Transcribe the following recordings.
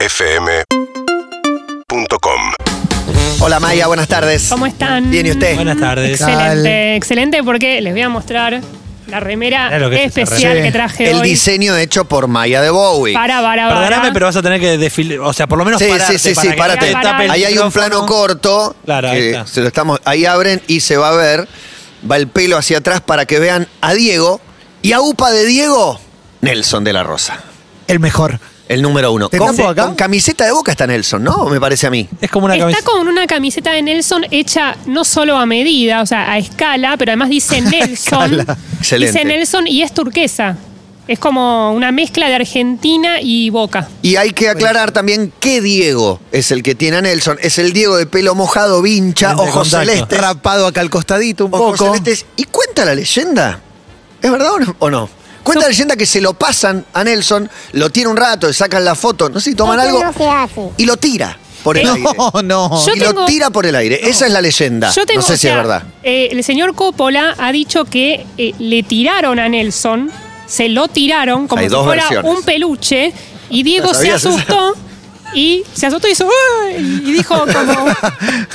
UrbanaPlayFM.com Hola Maya, buenas tardes. ¿Cómo están? Bien, ¿y usted? Buenas tardes. Exacto. Excelente, excelente porque les voy a mostrar la remera Mirá lo que es esa especial remera. que traje El hoy. diseño hecho por Maya de Bowie. Para, para, para. Perdóname, pero vas a tener que desfilar. O sea, por lo menos Sí, pararte sí, sí, para sí, que párate. te tape el Ahí hay un plano micrófono. corto. Claro, ahí que está. se lo estamos, ahí abren y se va a ver. Va el pelo hacia atrás para que vean a Diego. Y a UPA de Diego, Nelson de la Rosa. El mejor. El número uno. ¿Te tapo acá? con camiseta de boca está Nelson, ¿no? Me parece a mí. Es como una Está camiseta. con una camiseta de Nelson hecha no solo a medida, o sea, a escala, pero además dice Nelson. Excelente. Dice Nelson y es turquesa. Es como una mezcla de Argentina y Boca. Y hay que aclarar también qué Diego es el que tiene a Nelson. Es el Diego de pelo mojado, vincha, Lente de ojos contacto. celestes. Rapado acá al costadito un Ojos poco. celestes. ¿Y cuenta la leyenda? ¿Es verdad o no? ¿O no? Cuenta la leyenda que se lo pasan a Nelson, lo tiene un rato, le sacan la foto, no sé si toman Eso algo no se hace. y lo tira por el Eh, aire. No, no. Yo y tengo- lo tira por el aire. Esa es la leyenda. Yo tengo- no sé o si es sea, verdad. eh, el señor Coppola ha dicho que eh, le tiraron a Nelson, se lo tiraron como Hay si dos fuera versiones. un peluche y Diego ¿La se sabías esa? asustó. Y se asustó y hizo. "Ah", Y dijo como.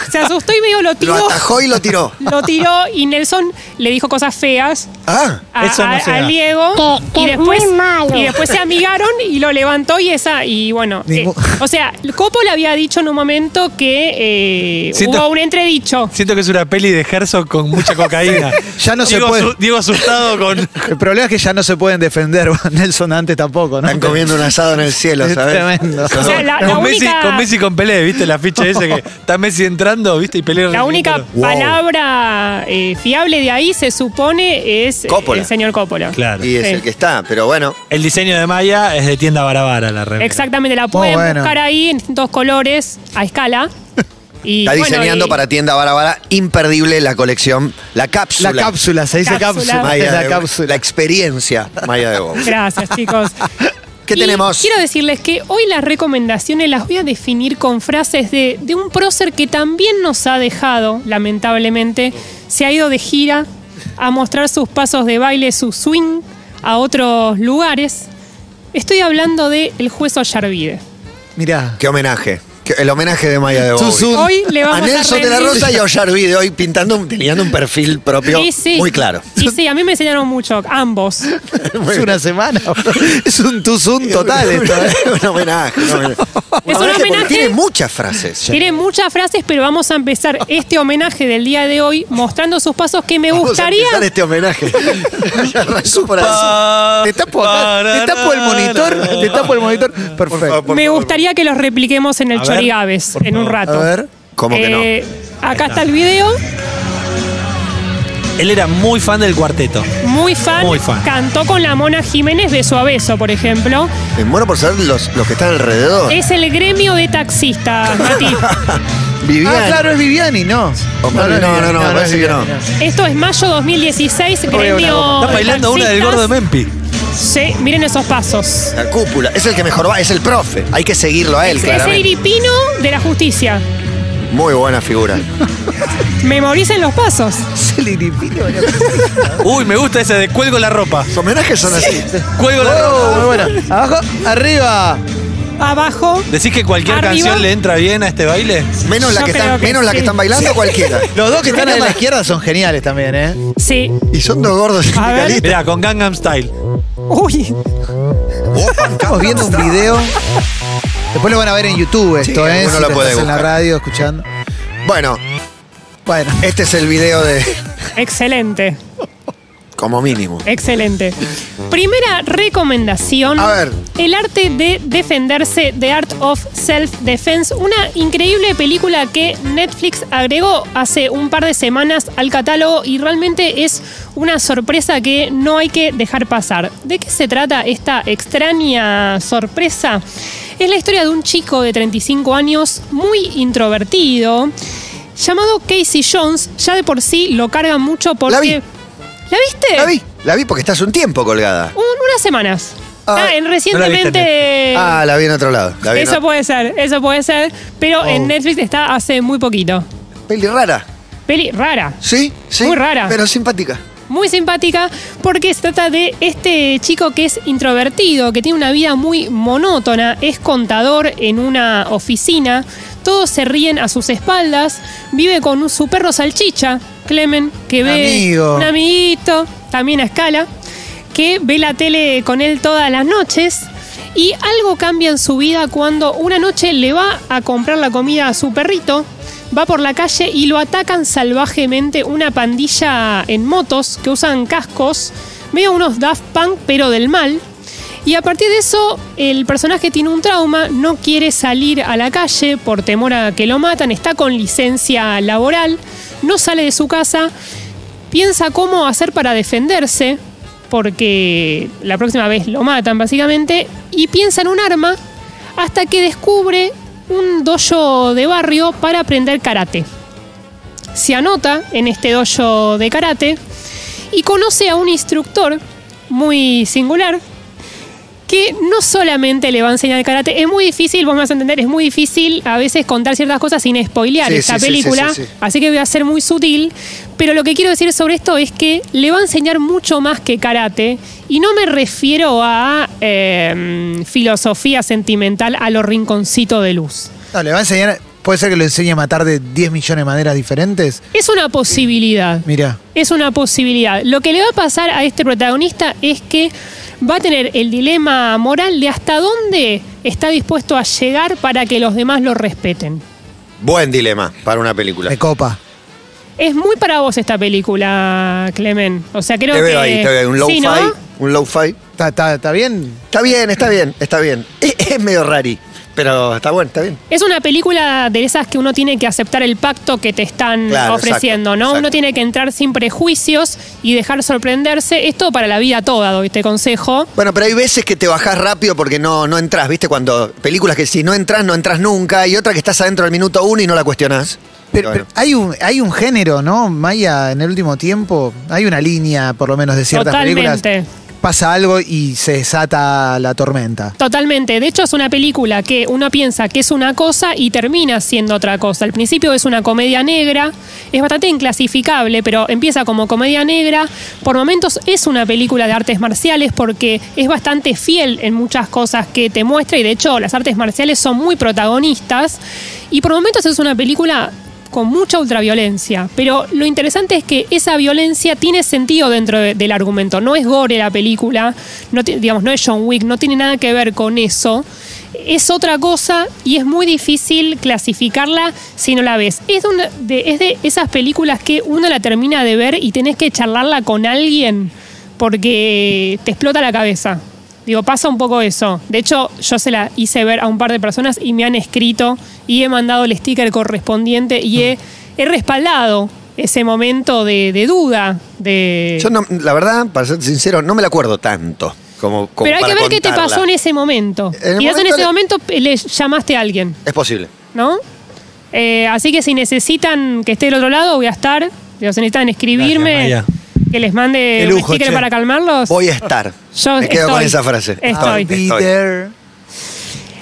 Se asustó y medio lo tiró. Lo atajó y lo tiró. lo tiró y Nelson le dijo cosas feas Ah, a, Eso no a- se a da. Diego Que- que y es después muy malo. y después se amigaron y lo levantó y esa y bueno eh, Ningún- o sea Coppola había dicho en un momento que eh, Siento- hubo un entredicho Siento que es una peli de Herzog con mucha cocaína. Ya no se Diego puede. asu- Diego asustado con. El problema es que ya no se pueden defender. Nelson antes tampoco, ¿no? están comiendo un asado en el cielo, Es ¿sabes? tremendo. O sea, la, la con, Messi, única, con Messi con Pelé, ¿viste? La ficha esa que está Messi entrando, ¿viste? Y Pelé. la única Wow. palabra eh, fiable de ahí se supone es eh, Coppola. el señor Coppola Claro. Y es Sí. el que está, pero bueno. El diseño de Maya es de tienda Barabara, la remera. exactamente la pueden bueno. buscar ahí en distintos colores a escala y, Está bueno, diseñando y- para tienda Barabara imperdible la colección, la cápsula. La cápsula, se dice Cápsula. cápsula. Maya eh, Es de- la cápsula. la experiencia Maya de Bowie. Gracias, chicos. ¿Qué Y tenemos? Quiero decirles que hoy las recomendaciones las voy a definir con frases de, de un prócer que también nos ha dejado, lamentablemente. Se ha ido de gira a mostrar sus pasos de baile, su swing a otros lugares. Estoy hablando de el juez Ollarvide. Mirá. Qué homenaje. Qué- el homenaje de Maya de Bowie. Su- su- Hoy le A vamos a Nelson de la rendir- Rosa y a Ollarvide hoy pintando, un- teniendo un perfil propio Y sí. muy claro. Y sí, a mí me enseñaron mucho, ambos. Es una semana. bro. Es un tuzún total esto. ¿eh? un homenaje. un homenaje. un porque homenaje. Tiene muchas frases. Tiene muchas frases, pero vamos a empezar este homenaje del día de hoy mostrando sus pasos que me Vamos a gustaría. empezar este homenaje. Arrancó por ahí. Te tapo acá. Te tapo el monitor. Te tapo el monitor. Perfecto. Me gustaría que los repliquemos en el A ver, Chorigaves en un rato. A ver. ¿Cómo que no? Eh, Acá está el video. Él era muy fan del cuarteto. Muy fan. Muy fan. Cantó con la Mona Jiménez de Suaveso, por ejemplo. Me muero Eh, por saber los, los que están alrededor. Es el gremio de taxistas, Mati. Vivian. Ah, claro, es Viviani, no. Omar, es no, no, Viviani, no, me es parece que Viviani, no. Esto es mayo 2016, gremio. Está de bailando una del Oh, taxistas. gordo de Mempi. Sí, miren esos pasos. La cúpula. Es el que mejor va, es el profe. Hay que seguirlo a él, Es el claramente. iripino de la justicia. Muy buena figura. Memoricen los pasos. Es el iripino. Uy, me gusta ese de cuelgo la ropa. Los homenajes son así. Cuelgo la Oh, ropa. muy bueno. Abajo, arriba. Abajo. ¿Decís que cualquier Arriba. canción le entra bien a este baile? Menos la Yo que, creo están, que menos la que sí. están bailando cualquiera. Los dos que están a la izquierda son geniales también, ¿eh? Sí. Y son dos gordos A ver. sindicalistas. Mirá, con Gangnam Style. Uy. Estamos viendo un video. Después lo van a ver en YouTube esto, Sí, ¿eh? uno Si lo puede estás en la buscar. radio escuchando. Bueno, Bueno, este es el video de Excelente. como mínimo. Excelente. Primera recomendación. A ver. El arte de defenderse, The Art of Self-Defense, una increíble película que Netflix agregó hace un par de semanas al catálogo y realmente es una sorpresa que no hay que dejar pasar. ¿De qué se trata esta extraña sorpresa? Es la historia de un chico de 35 años muy introvertido, llamado Casey Jones, ya de por sí lo cargan mucho porque... vi. ¿La viste? La vi, la vi porque estás un tiempo colgada. Un- unas semanas. Ah, Ah, en no la viste en recientemente. Ah, la vi en otro lado. La vi en Eh, eso otra- puede ser, eso puede ser. Pero en Netflix está hace muy poquito. Peli rara. Peli rara. ¿Sí? ¿Sí? Muy rara. Pero simpática. muy simpática porque se trata de este chico que es introvertido, que tiene una vida muy monótona, es contador en una oficina, todos se ríen a sus espaldas, vive con un- su perro salchicha, Clemen, que ve Amigo. un amiguito, también a escala, que ve la tele con él todas las noches. Y algo cambia en su vida cuando una noche le va a comprar la comida a su perrito, va por la calle y lo atacan salvajemente una pandilla en motos que usan cascos, medio unos Daft Punk pero del mal. Y a partir de eso, el personaje tiene un trauma, no quiere salir a la calle por temor a que lo matan, está con licencia laboral, no sale de su casa, piensa cómo hacer para defenderse, porque la próxima vez lo matan básicamente, y piensa en un arma hasta que descubre un dojo de barrio para aprender karate. Se anota en este dojo de karate y conoce a un instructor muy singular que no solamente le va a enseñar karate, es muy difícil, vos me vas a entender, es muy difícil a veces contar ciertas cosas sin spoilear Sí, sí, esta sí, película, sí, sí, sí. así que voy a ser muy sutil, pero lo que quiero decir sobre esto es que le va a enseñar mucho más que karate, y no me refiero a eh, filosofía sentimental a los rinconcitos de luz. No, le va a enseñar. Puede ser que lo enseñe a matar de 10 millones de maneras diferentes. Es una posibilidad. Mira. Es una posibilidad. Lo que le va a pasar a este protagonista es que va a tener el dilema moral de hasta dónde está dispuesto a llegar para que los demás lo respeten. Buen dilema para una película. Me copa. Es muy para vos esta película, Clemen. O sea, creo te que. veo ahí, te veo ahí. Un low Sí, ¿no? Un low fi ¿Está, está, está bien? Está bien, está bien, está bien. Es, es medio rari, pero está bueno, está bien. Es una película de esas que uno tiene que aceptar el pacto que te están Claro, ofreciendo, exacto, ¿no? exacto. Uno tiene que entrar sin prejuicios y dejar sorprenderse. Esto para la vida toda, doy este consejo. Bueno, pero hay veces que te bajás rápido porque no, no entras, ¿viste? Cuando películas que si no entras, no entras nunca, y otra que estás adentro del minuto uno y no la cuestionás. Pero, pero hay, un, hay un género, ¿no? Maya, en el último tiempo, hay una línea, por lo menos, de ciertas Totalmente. películas. Pasa algo y se desata la tormenta. Totalmente. De hecho, es una película que uno piensa que es una cosa y termina siendo otra cosa. Al principio es una comedia negra, es bastante inclasificable, pero empieza como comedia negra. Por momentos es una película de artes marciales porque es bastante fiel en muchas cosas que te muestra y de hecho las artes marciales son muy protagonistas. Y por momentos es una película con mucha ultraviolencia, pero lo interesante es que esa violencia tiene sentido dentro de- del argumento, no es gore la película, no ti- digamos, no es John Wick, no tiene nada que ver con eso, es otra cosa y es muy difícil clasificarla si no la ves. Es de, una- de- es de esas películas que uno la termina de ver y tenés que charlarla con alguien porque te explota la cabeza. Digo, pasa un poco eso. De hecho, yo se la hice ver a un par de personas y me han escrito y he mandado el sticker correspondiente y he, he respaldado ese momento de, de duda. De... Yo, no, la verdad, para ser sincero, no me la acuerdo tanto como, como Pero hay que para ver qué te contarla. pasó en ese momento. En el Quizás en momento ese le- momento eh, le llamaste a alguien, Es posible. ¿no? Eh, así que si necesitan que esté del otro lado, voy a estar. Digo, si necesitan escribirme, Gracias, que les mande Qué un lujo, sticker che. para calmarlos. Voy a estar. Yo me quedo estoy. con esa frase. Estoy. Peter.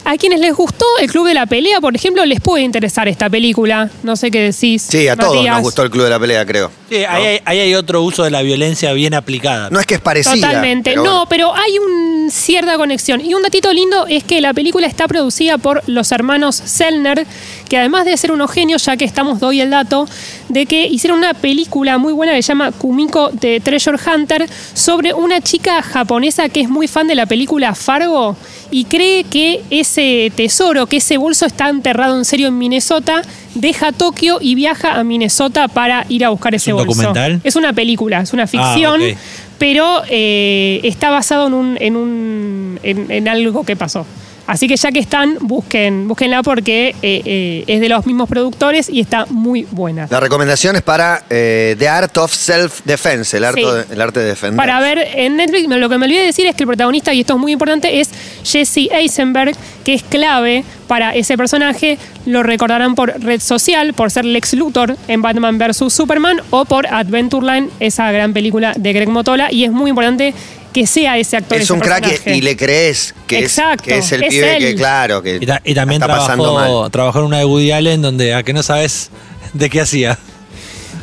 A quienes les gustó el Club de la Pelea, por ejemplo, les puede interesar esta película. No sé qué decís. Sí, a todos Matías. nos gustó el Club de la Pelea, creo. Sí, ahí, hay, ahí hay otro uso de la violencia bien aplicada. No es que es parecida. Totalmente. pero no, bueno. pero hay una cierta conexión. Y un datito lindo es que la película está producida por los hermanos Selner, que además de ser unos genios, ya que estamos doy el dato, de que hicieron una película muy buena que se llama Kumiko de Treasure Hunter sobre una chica japonesa que es muy fan de la película Fargo y cree que ese tesoro, que ese bolso está enterrado en serio en Minnesota, deja Tokio y viaja a Minnesota para ir a buscar ese un bolso. documental? Ah, Es una película, es una ficción, ok. pero eh, está basado en un, en un en, en algo que pasó. Así que ya que están, busquen, búsquenla porque eh, eh, es de los mismos productores y está muy buena. La recomendación es para eh, The Art of Self-Defense, el, arte Sí. de- el arte de defender. Para ver en Netflix, lo que me olvidé decir es que el protagonista, y esto es muy importante, es Jesse Eisenberg, que es clave para ese personaje. Lo recordarán por Red Social, por ser Lex Luthor en Batman vs. Superman o por Adventureland, esa gran película de Greg Motola. Y es muy importante que sea ese actor. es ese un crack personaje. y le crees que, es, Exacto, que es el es pibe que, él. claro, que Y, ta- y también está pasando mal. trabajó, trabajó en una de Woody Allen donde a que no sabes de qué hacía.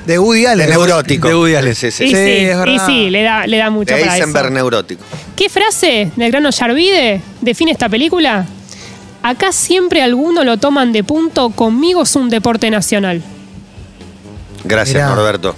De Woody Allen. De neurótico. De Woody Allen. Sí, sí, Y sí. sí, Sí, es y verdad. sí, le da, le da mucho De para eso. Eisenberg neurótico. ¿Qué frase del grano Yarvide define esta película? Acá siempre alguno lo toman de punto, conmigo es un deporte nacional. Gracias, Mirá. Norberto.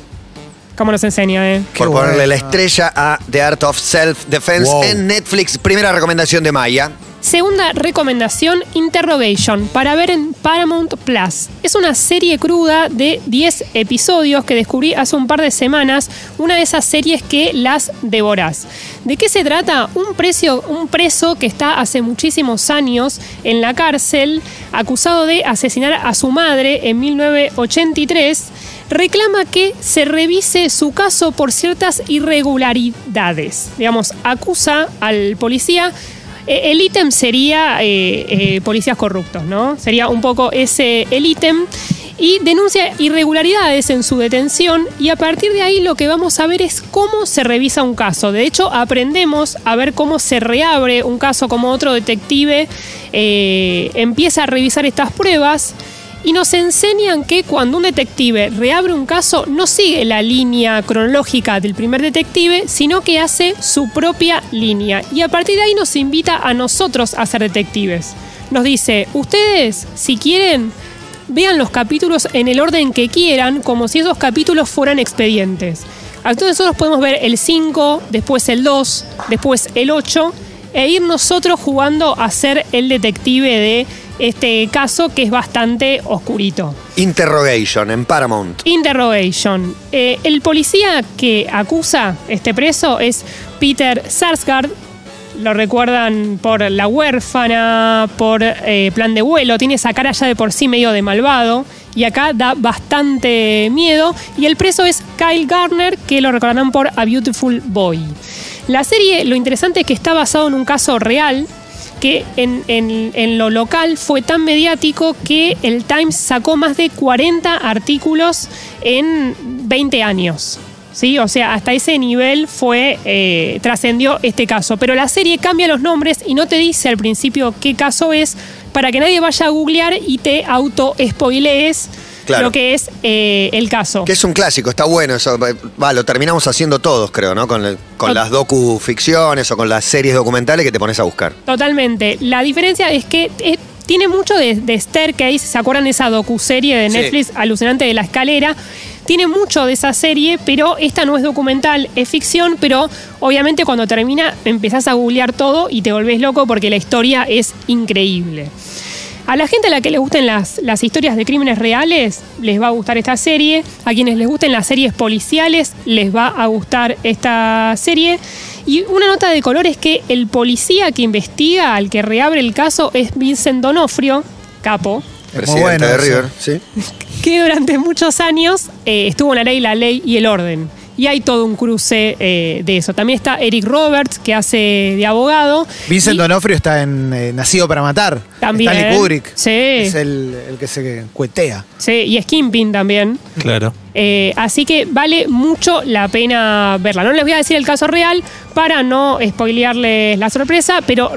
Como nos enseña, ¿eh? Qué por ponerle bueno. la estrella a The Art of Self-Defense Wow. en Netflix. Primera recomendación de Maya. Segunda recomendación, Interrogation, para ver en Paramount Plus. Es una serie cruda de 10 episodios que descubrí hace un par de semanas, una de esas series que las devorás. ¿De qué se trata? Un, precio, un preso que está hace muchísimos años en la cárcel, acusado de asesinar a su madre en 1983, reclama que se revise su caso por ciertas irregularidades. Digamos, acusa al policía eh, El ítem sería eh, eh, policías corruptos, ¿no? Sería un poco ese el ítem. Y denuncia irregularidades en su detención y a partir de ahí lo que vamos a ver es cómo se revisa un caso. De hecho, aprendemos a ver cómo se reabre un caso, como otro detective eh, empieza a revisar estas pruebas y nos enseñan que cuando un detective reabre un caso no sigue la línea cronológica del primer detective, sino que hace su propia línea. Y a partir de ahí nos invita a nosotros a ser detectives. Nos dice, ustedes, si quieren, vean los capítulos en el orden que quieran, como si esos capítulos fueran expedientes. Entonces nosotros podemos ver el 5, después el 2, después el 8, e ir nosotros jugando a ser el detective de este caso que es bastante oscurito. Interrogation en Paramount. Interrogation. Eh, el policía que acusa este preso es Peter Sarsgaard. Lo recuerdan por La huérfana, por eh, Plan de vuelo. Tiene esa cara ya de por sí medio de malvado. Y acá da bastante miedo. Y el preso es Kyle Garner, que lo recordarán por A Beautiful Boy. La serie, lo interesante es que está basado en un caso real que en, en- en lo local fue tan mediático que el Times sacó más de 40 artículos en 20 años. ¿Sí? O sea, hasta ese nivel fue eh, trascendió este caso. Pero la serie cambia los nombres y no te dice al principio qué caso es para que nadie vaya a googlear y te auto-spoilees Claro. lo que es eh, el caso. Que es un clásico, está bueno eso. Va, lo terminamos haciendo todos, creo, ¿no? Con, el- con Ok. las docuficciones o con las series documentales que te pones a buscar. Totalmente. La diferencia es que eh, tiene mucho de, de Staircase, ¿se acuerdan de esa docuserie de Sí. Netflix alucinante de la escalera? Tiene mucho de esa serie, pero esta no es documental, es ficción, pero obviamente cuando termina empezás a googlear todo y te volvés loco porque la historia es increíble. A la gente a la que le gusten las, las historias de crímenes reales, les va a gustar esta serie. A quienes les gusten las series policiales, les va a gustar esta serie. Y una nota de color es que el policía que investiga, al que reabre el caso, es Vincent Donofrio, capo, muy Presidente bueno de eso. River. Sí. que durante muchos años eh, estuvo en la ley, la ley y el orden. Y hay todo un cruce eh, de eso. También está Eric Roberts, que hace de abogado. Vincent Y- Donofrio está en eh, Nacido para Matar. También. Stanley Kubrick. Sí. Es el, el que se cuetea. Sí, y Skimping también. Claro. Eh, así que vale mucho la pena verla. No les voy a decir el caso real para no spoilearles la sorpresa, pero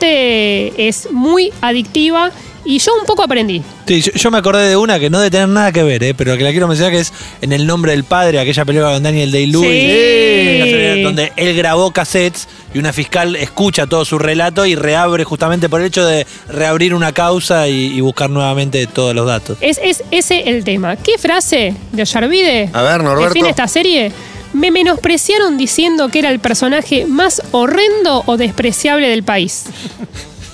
realmente es muy adictiva y yo un poco aprendí. Sí, yo, yo me acordé de una que no debe tener nada que ver, eh, pero que la quiero mencionar que es en el nombre del padre, aquella película con Daniel Day-Lewis, eh, Sí. donde él grabó cassettes y una fiscal escucha todo su relato y reabre justamente por el hecho de reabrir una causa y, y buscar nuevamente todos los datos. Es, es ese el tema. ¿Qué frase de Ollarvide A ver, Norberto. define esta serie? Me menospreciaron diciendo que era el personaje más horrendo o despreciable del país.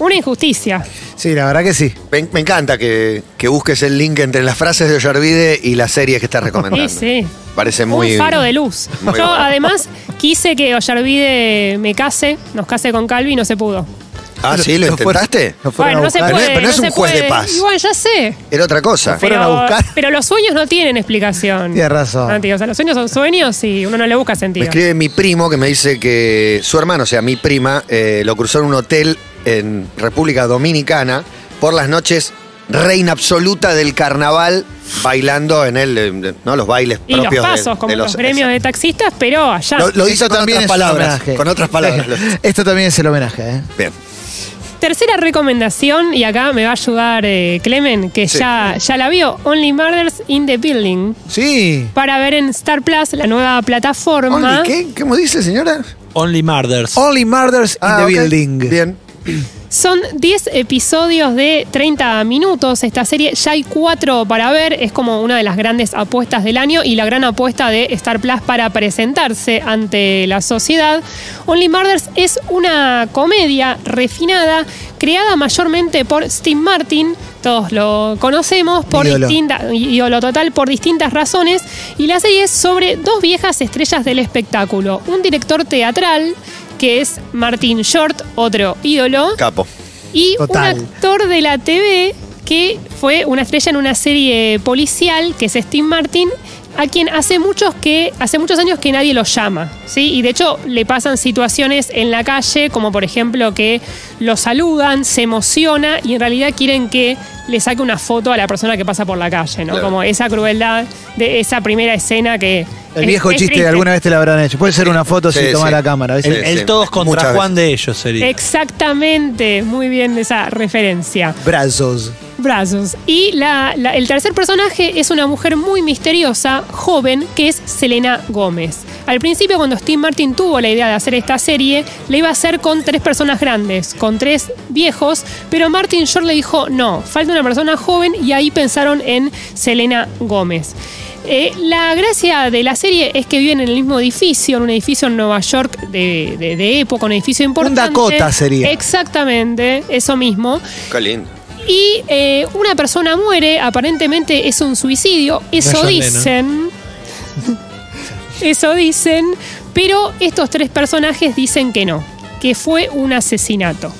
Una injusticia. Sí, la verdad que sí. Me, me encanta que, que busques el link entre las frases de Ollarvide y las series que estás recomendando. Sí, sí. Parece muy. un faro de luz. Yo muy bueno. además quise que Ollarvide me case, nos case con Calvi y no se pudo. Ah, sí, lo Lo fueron- intentaste. lo Bueno, fueron a no se buscar. Pero puede. no- pero no es un se juez de puede. paz. Igual ya sé. Era otra cosa. fueron a pero, buscar. pero los sueños no tienen explicación. Tienes razón. Santi, o sea, los sueños son sueños y uno no le busca Me sentido. escribe mi primo que me dice que su hermano, o sea, mi prima, eh, lo cruzó en un hotel en República Dominicana por las noches, reina absoluta del carnaval, bailando en el, eh, no los bailes Y los propios de- pasos, de, como los, premios exacto. de taxistas, pero allá. Lo, lo hizo Esto con también otras es un palabras. homenaje. Con otras palabras. Esto también es el homenaje, ¿eh? Bien. tercera recomendación, y acá me va a ayudar eh, Clemen, que Sí. ya, ya la vio, Only Murders in the Building, Sí. para ver en Star Plus, la nueva plataforma. Only, ¿Qué? ¿Cómo dice, señora? Only Murders. Oh, Only Murders in the Ah, ok. Building. Bien. Son 10 episodios de 30 minutos esta serie, ya hay 4 para ver, es como una de las grandes apuestas del año y la gran apuesta de Star Plus para presentarse ante la sociedad. Only Murders es una comedia refinada creada mayormente por Steve Martin, todos lo conocemos, por Ídolo. distintas distinta- ídolo total por distintas razones y la serie es sobre dos viejas estrellas del espectáculo, un director teatral que es Martin Short, otro ídolo, Capo. y Total. un actor de la TV que fue una estrella en una serie policial que es Steve Martin a quien hace muchos que hace muchos años que nadie lo llama, ¿sí? Y de hecho le pasan situaciones en la calle como por ejemplo que lo saludan, se emociona y en realidad quieren que le saque una foto a la persona que pasa por la calle, ¿no? Claro. Como esa crueldad de esa primera escena que El es- viejo es chiste, triste. alguna vez te lo habrán hecho. Puede ser una foto Sí, sin tomar sí. la cámara. ¿viste? El, Sí, el sí. todos contra Muchas Juan de ellos sería. Eh, Exactamente, muy bien esa referencia. Brazos. brazos. Y la- la- el tercer personaje es una mujer muy misteriosa, joven, que es Selena Gómez. Al principio, cuando Steve Martin tuvo la idea de hacer esta serie, la iba a hacer con tres personas grandes, con tres viejos, pero Martin Short le dijo, no, falta una persona joven y ahí pensaron en Selena Gómez. Eh, la gracia de la serie es que viven en el mismo edificio, en un edificio en Nueva York de, de- de época, un edificio importante. Dakota sería. Exactamente, eso mismo. Qué lindo. Y eh, una persona muere, aparentemente es un suicidio, eso John Lennon. dicen. eso dicen, pero estos tres personajes dicen que no, que fue un asesinato.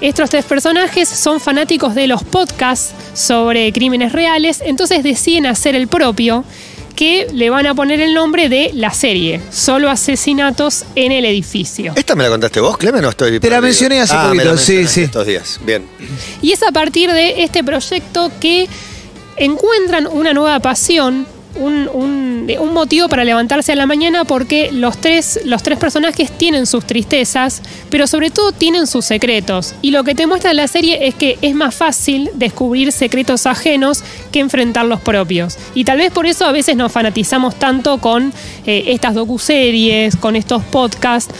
Estos tres personajes son fanáticos de los podcasts sobre crímenes reales, entonces deciden hacer el propio, que le van a poner el nombre de la serie, solo asesinatos en el edificio. ¿Esta me la contaste vos, Clemen, o estoy Te la perdido? mencioné hace Ah, me la poquito, sí, mencionaste sí. Estos días, bien. Y es a partir de este proyecto que encuentran una nueva pasión, un, un- de- un motivo para levantarse a la mañana porque los tres, los tres personajes tienen sus tristezas, pero sobre todo tienen sus secretos. Y lo que te muestra la serie es que es más fácil descubrir secretos ajenos que enfrentar los propios. Y tal vez por eso a veces nos fanatizamos tanto con eh, estas docuseries, con estos podcasts.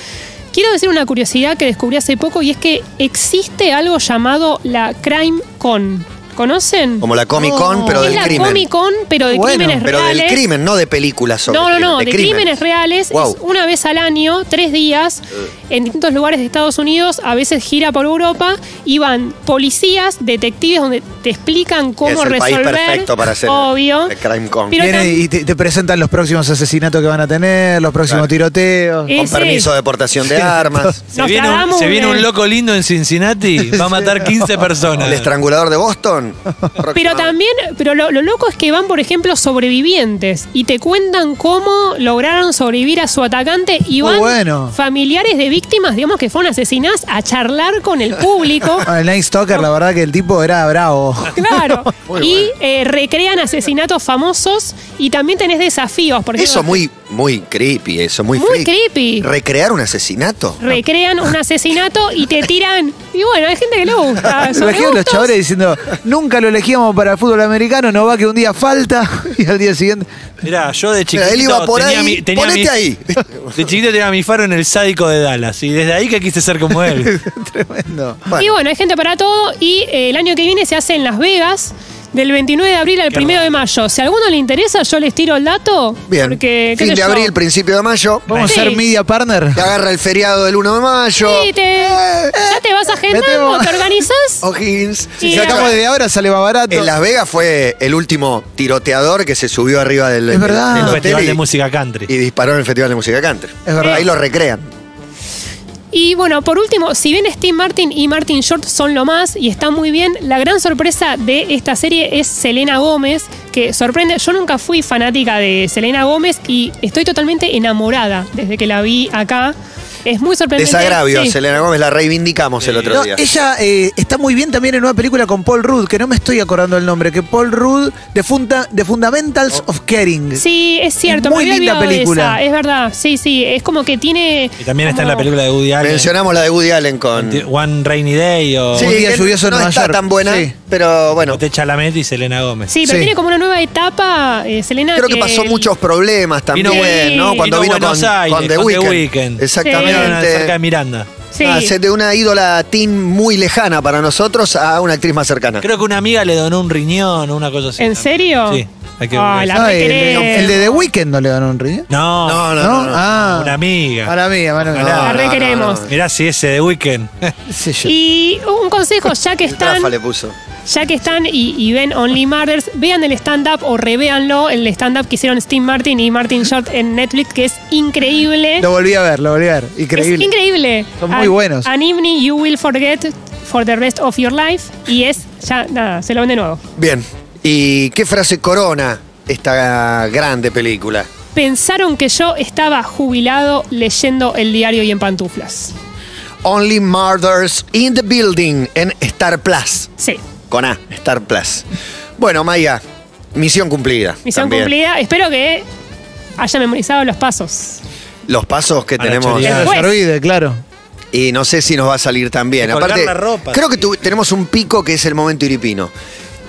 Quiero decir una curiosidad que descubrí hace poco y es que existe algo llamado la Crime Con. ¿Conocen? Como la Comic Con, No. pero es del la crimen. Comic Con, pero de Bueno, crímenes pero reales. del crimen, no de películas sobre No, no, no, de, crimen. crímenes reales. Wow. Eh. Es una vez al año, tres días, en distintos lugares de Estados Unidos, a veces gira por Europa, y van policías, detectives, donde te explican cómo es el resolver. país perfecto para hacer obvio. el Crime Con. Pero Viene tam- y te, te presentan los próximos asesinatos que van a tener, los próximos Claro. tiroteos. Eh, Con sí. permiso de deportación de armas. Se, Nos eh. viene un, tragamos se viene un- un loco lindo en Cincinnati, va a matar 15 personas. El estrangulador de Boston. Pero Próximo. también, pero lo, lo loco es que van, por ejemplo, sobrevivientes y te cuentan cómo lograron sobrevivir a su atacante y Muy van bueno. familiares de víctimas, digamos que fueron asesinadas, a charlar con el público. Ah, el Night Stalker, la verdad que el tipo era bravo. Claro. y eh, recrean asesinatos famosos y también tenés desafíos. Por ejemplo, Eso muy, muy creepy, eso muy, Muy freak. creepy. Recrear un asesinato. Recrean un asesinato y te tiran. Y bueno, hay gente que le gusta. son Imagínate los gustos. chavales diciendo, nunca lo elegíamos para el fútbol americano, no va que un día falta y al día siguiente. Mirá, yo de chiquito Mira, él iba por tenía ahí, mi, tenía ponete mi- ahí. De chiquito tenía mi faro en el sádico de Dallas y desde ahí que quise ser como él. Tremendo. Bueno, Y bueno, hay gente para todo y eh, el año que viene se hace en Las Vegas. Del 29 de abril al 1 de mayo. Si a alguno le interesa, yo les tiro el dato. bien. Porque, qué fin sé de yo, abril, principio de mayo. Vamos Sí. a ser media partner. Te agarra el feriado del 1 de mayo. sí, te- eh. ya te vas agendando, metemos. te organizas. O'Higgins. Sí, Si ya. sacamos desde ahora sale más barato. En Las Vegas fue el último tiroteador que se subió arriba del, Es verdad. del Un Ah, festival hotel de y- música country. y disparó en el Festival de Música Country. Es verdad. Ahí lo recrean. Y bueno, por último, si bien Steve Martin y Martin Short son lo más y están muy bien, la gran sorpresa de esta serie es Selena Gómez, que sorprende. Yo nunca fui fanática de Selena Gómez y estoy totalmente enamorada desde que la vi acá. Es muy sorprendente. Desagravio, Sí. Selena Gómez la reivindicamos el otro No, día. ella eh, está muy bien también en una película con Paul Rudd, que no me estoy acordando el nombre, que Paul Rudd de, Funda- de Fundamentals of Caring. Sí, es cierto. Muy me había linda olvidado de película. esa, es verdad. Sí, sí. Es como que tiene. Y también está en la Ah. como- película de Woody Allen. Mencionamos la de Woody Allen con. One Rainy Day o, Sí, Un día que lluvioso en no Nueva está York. tan buena, Sí. pero bueno. Tete Chalamet y Selena Gómez. Sí, pero Sí. tiene como una nueva etapa, eh, Selena. Creo que pasó el- muchos problemas también, Vino Buen- ¿no? Cuando vino vino, con, Buenos Aires, con The con The Weeknd. Weeknd. Vieron Exactamente. cerca de Miranda. Sí. Ah, se- de una ídola teen muy lejana para nosotros a una actriz más cercana. Creo que una amiga le donó un riñón o una cosa así. ¿En serio? Sí. Hay que Ah, buscar la eso. Ay, el, requeremos. el de The Weeknd no le dan un río. No, No, no, no, no. Ah, una amiga. Para mí, para mí. Ojalá. no, La Ah, no, requeremos. Mirá si ese de Weekend. qué sé yo. Y un consejo, ya que El Trafa están, le puso. ya que están y, y ven Only Murders, vean el stand-up o revéanlo, el stand-up que hicieron Steve Martin y Martin Short en Netflix, que es increíble. Lo volví a ver, lo volví a ver. Increíble. Es increíble. Son muy buenos. An evening you will forget for the rest of your life. Y es, ya nada, se lo ven de nuevo. Bien. ¿Y qué frase corona esta grande película? Pensaron que yo estaba jubilado leyendo el diario y en pantuflas. Only Murders in the Building en Star Plus. Sí. Con A, Star Plus. Bueno, Maya, misión cumplida. Misión también. cumplida. Espero que haya memorizado los pasos. Los pasos que Para tenemos. chorear. Carlos Después. Arvide, claro. Y no sé si nos va a salir tan bien. Y colgar Aparte, la ropa, creo que sí. tu- tenemos un pico que es el momento iripino.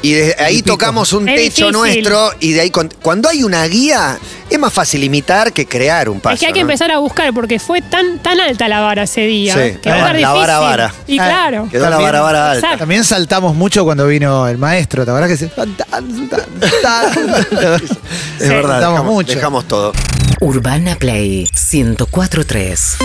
Y de ahí Iripico. tocamos un Es techo difícil. nuestro y de ahí con- cuando hay una guía es más fácil imitar que crear un paso. es que hay que ¿no? empezar a buscar porque fue tan, tan alta la vara ese día. Sí. que va a Ah, estar la vara, difícil. vara. Y Ah, claro. Quedó la También. vara vara alta. Exacto. También saltamos mucho cuando vino el maestro, ¿te acuerdas que se... tan, tan, tan, tan? Es verdad. Saltamos dejamos- mucho. Dejamos todo. Urbana Play 1043.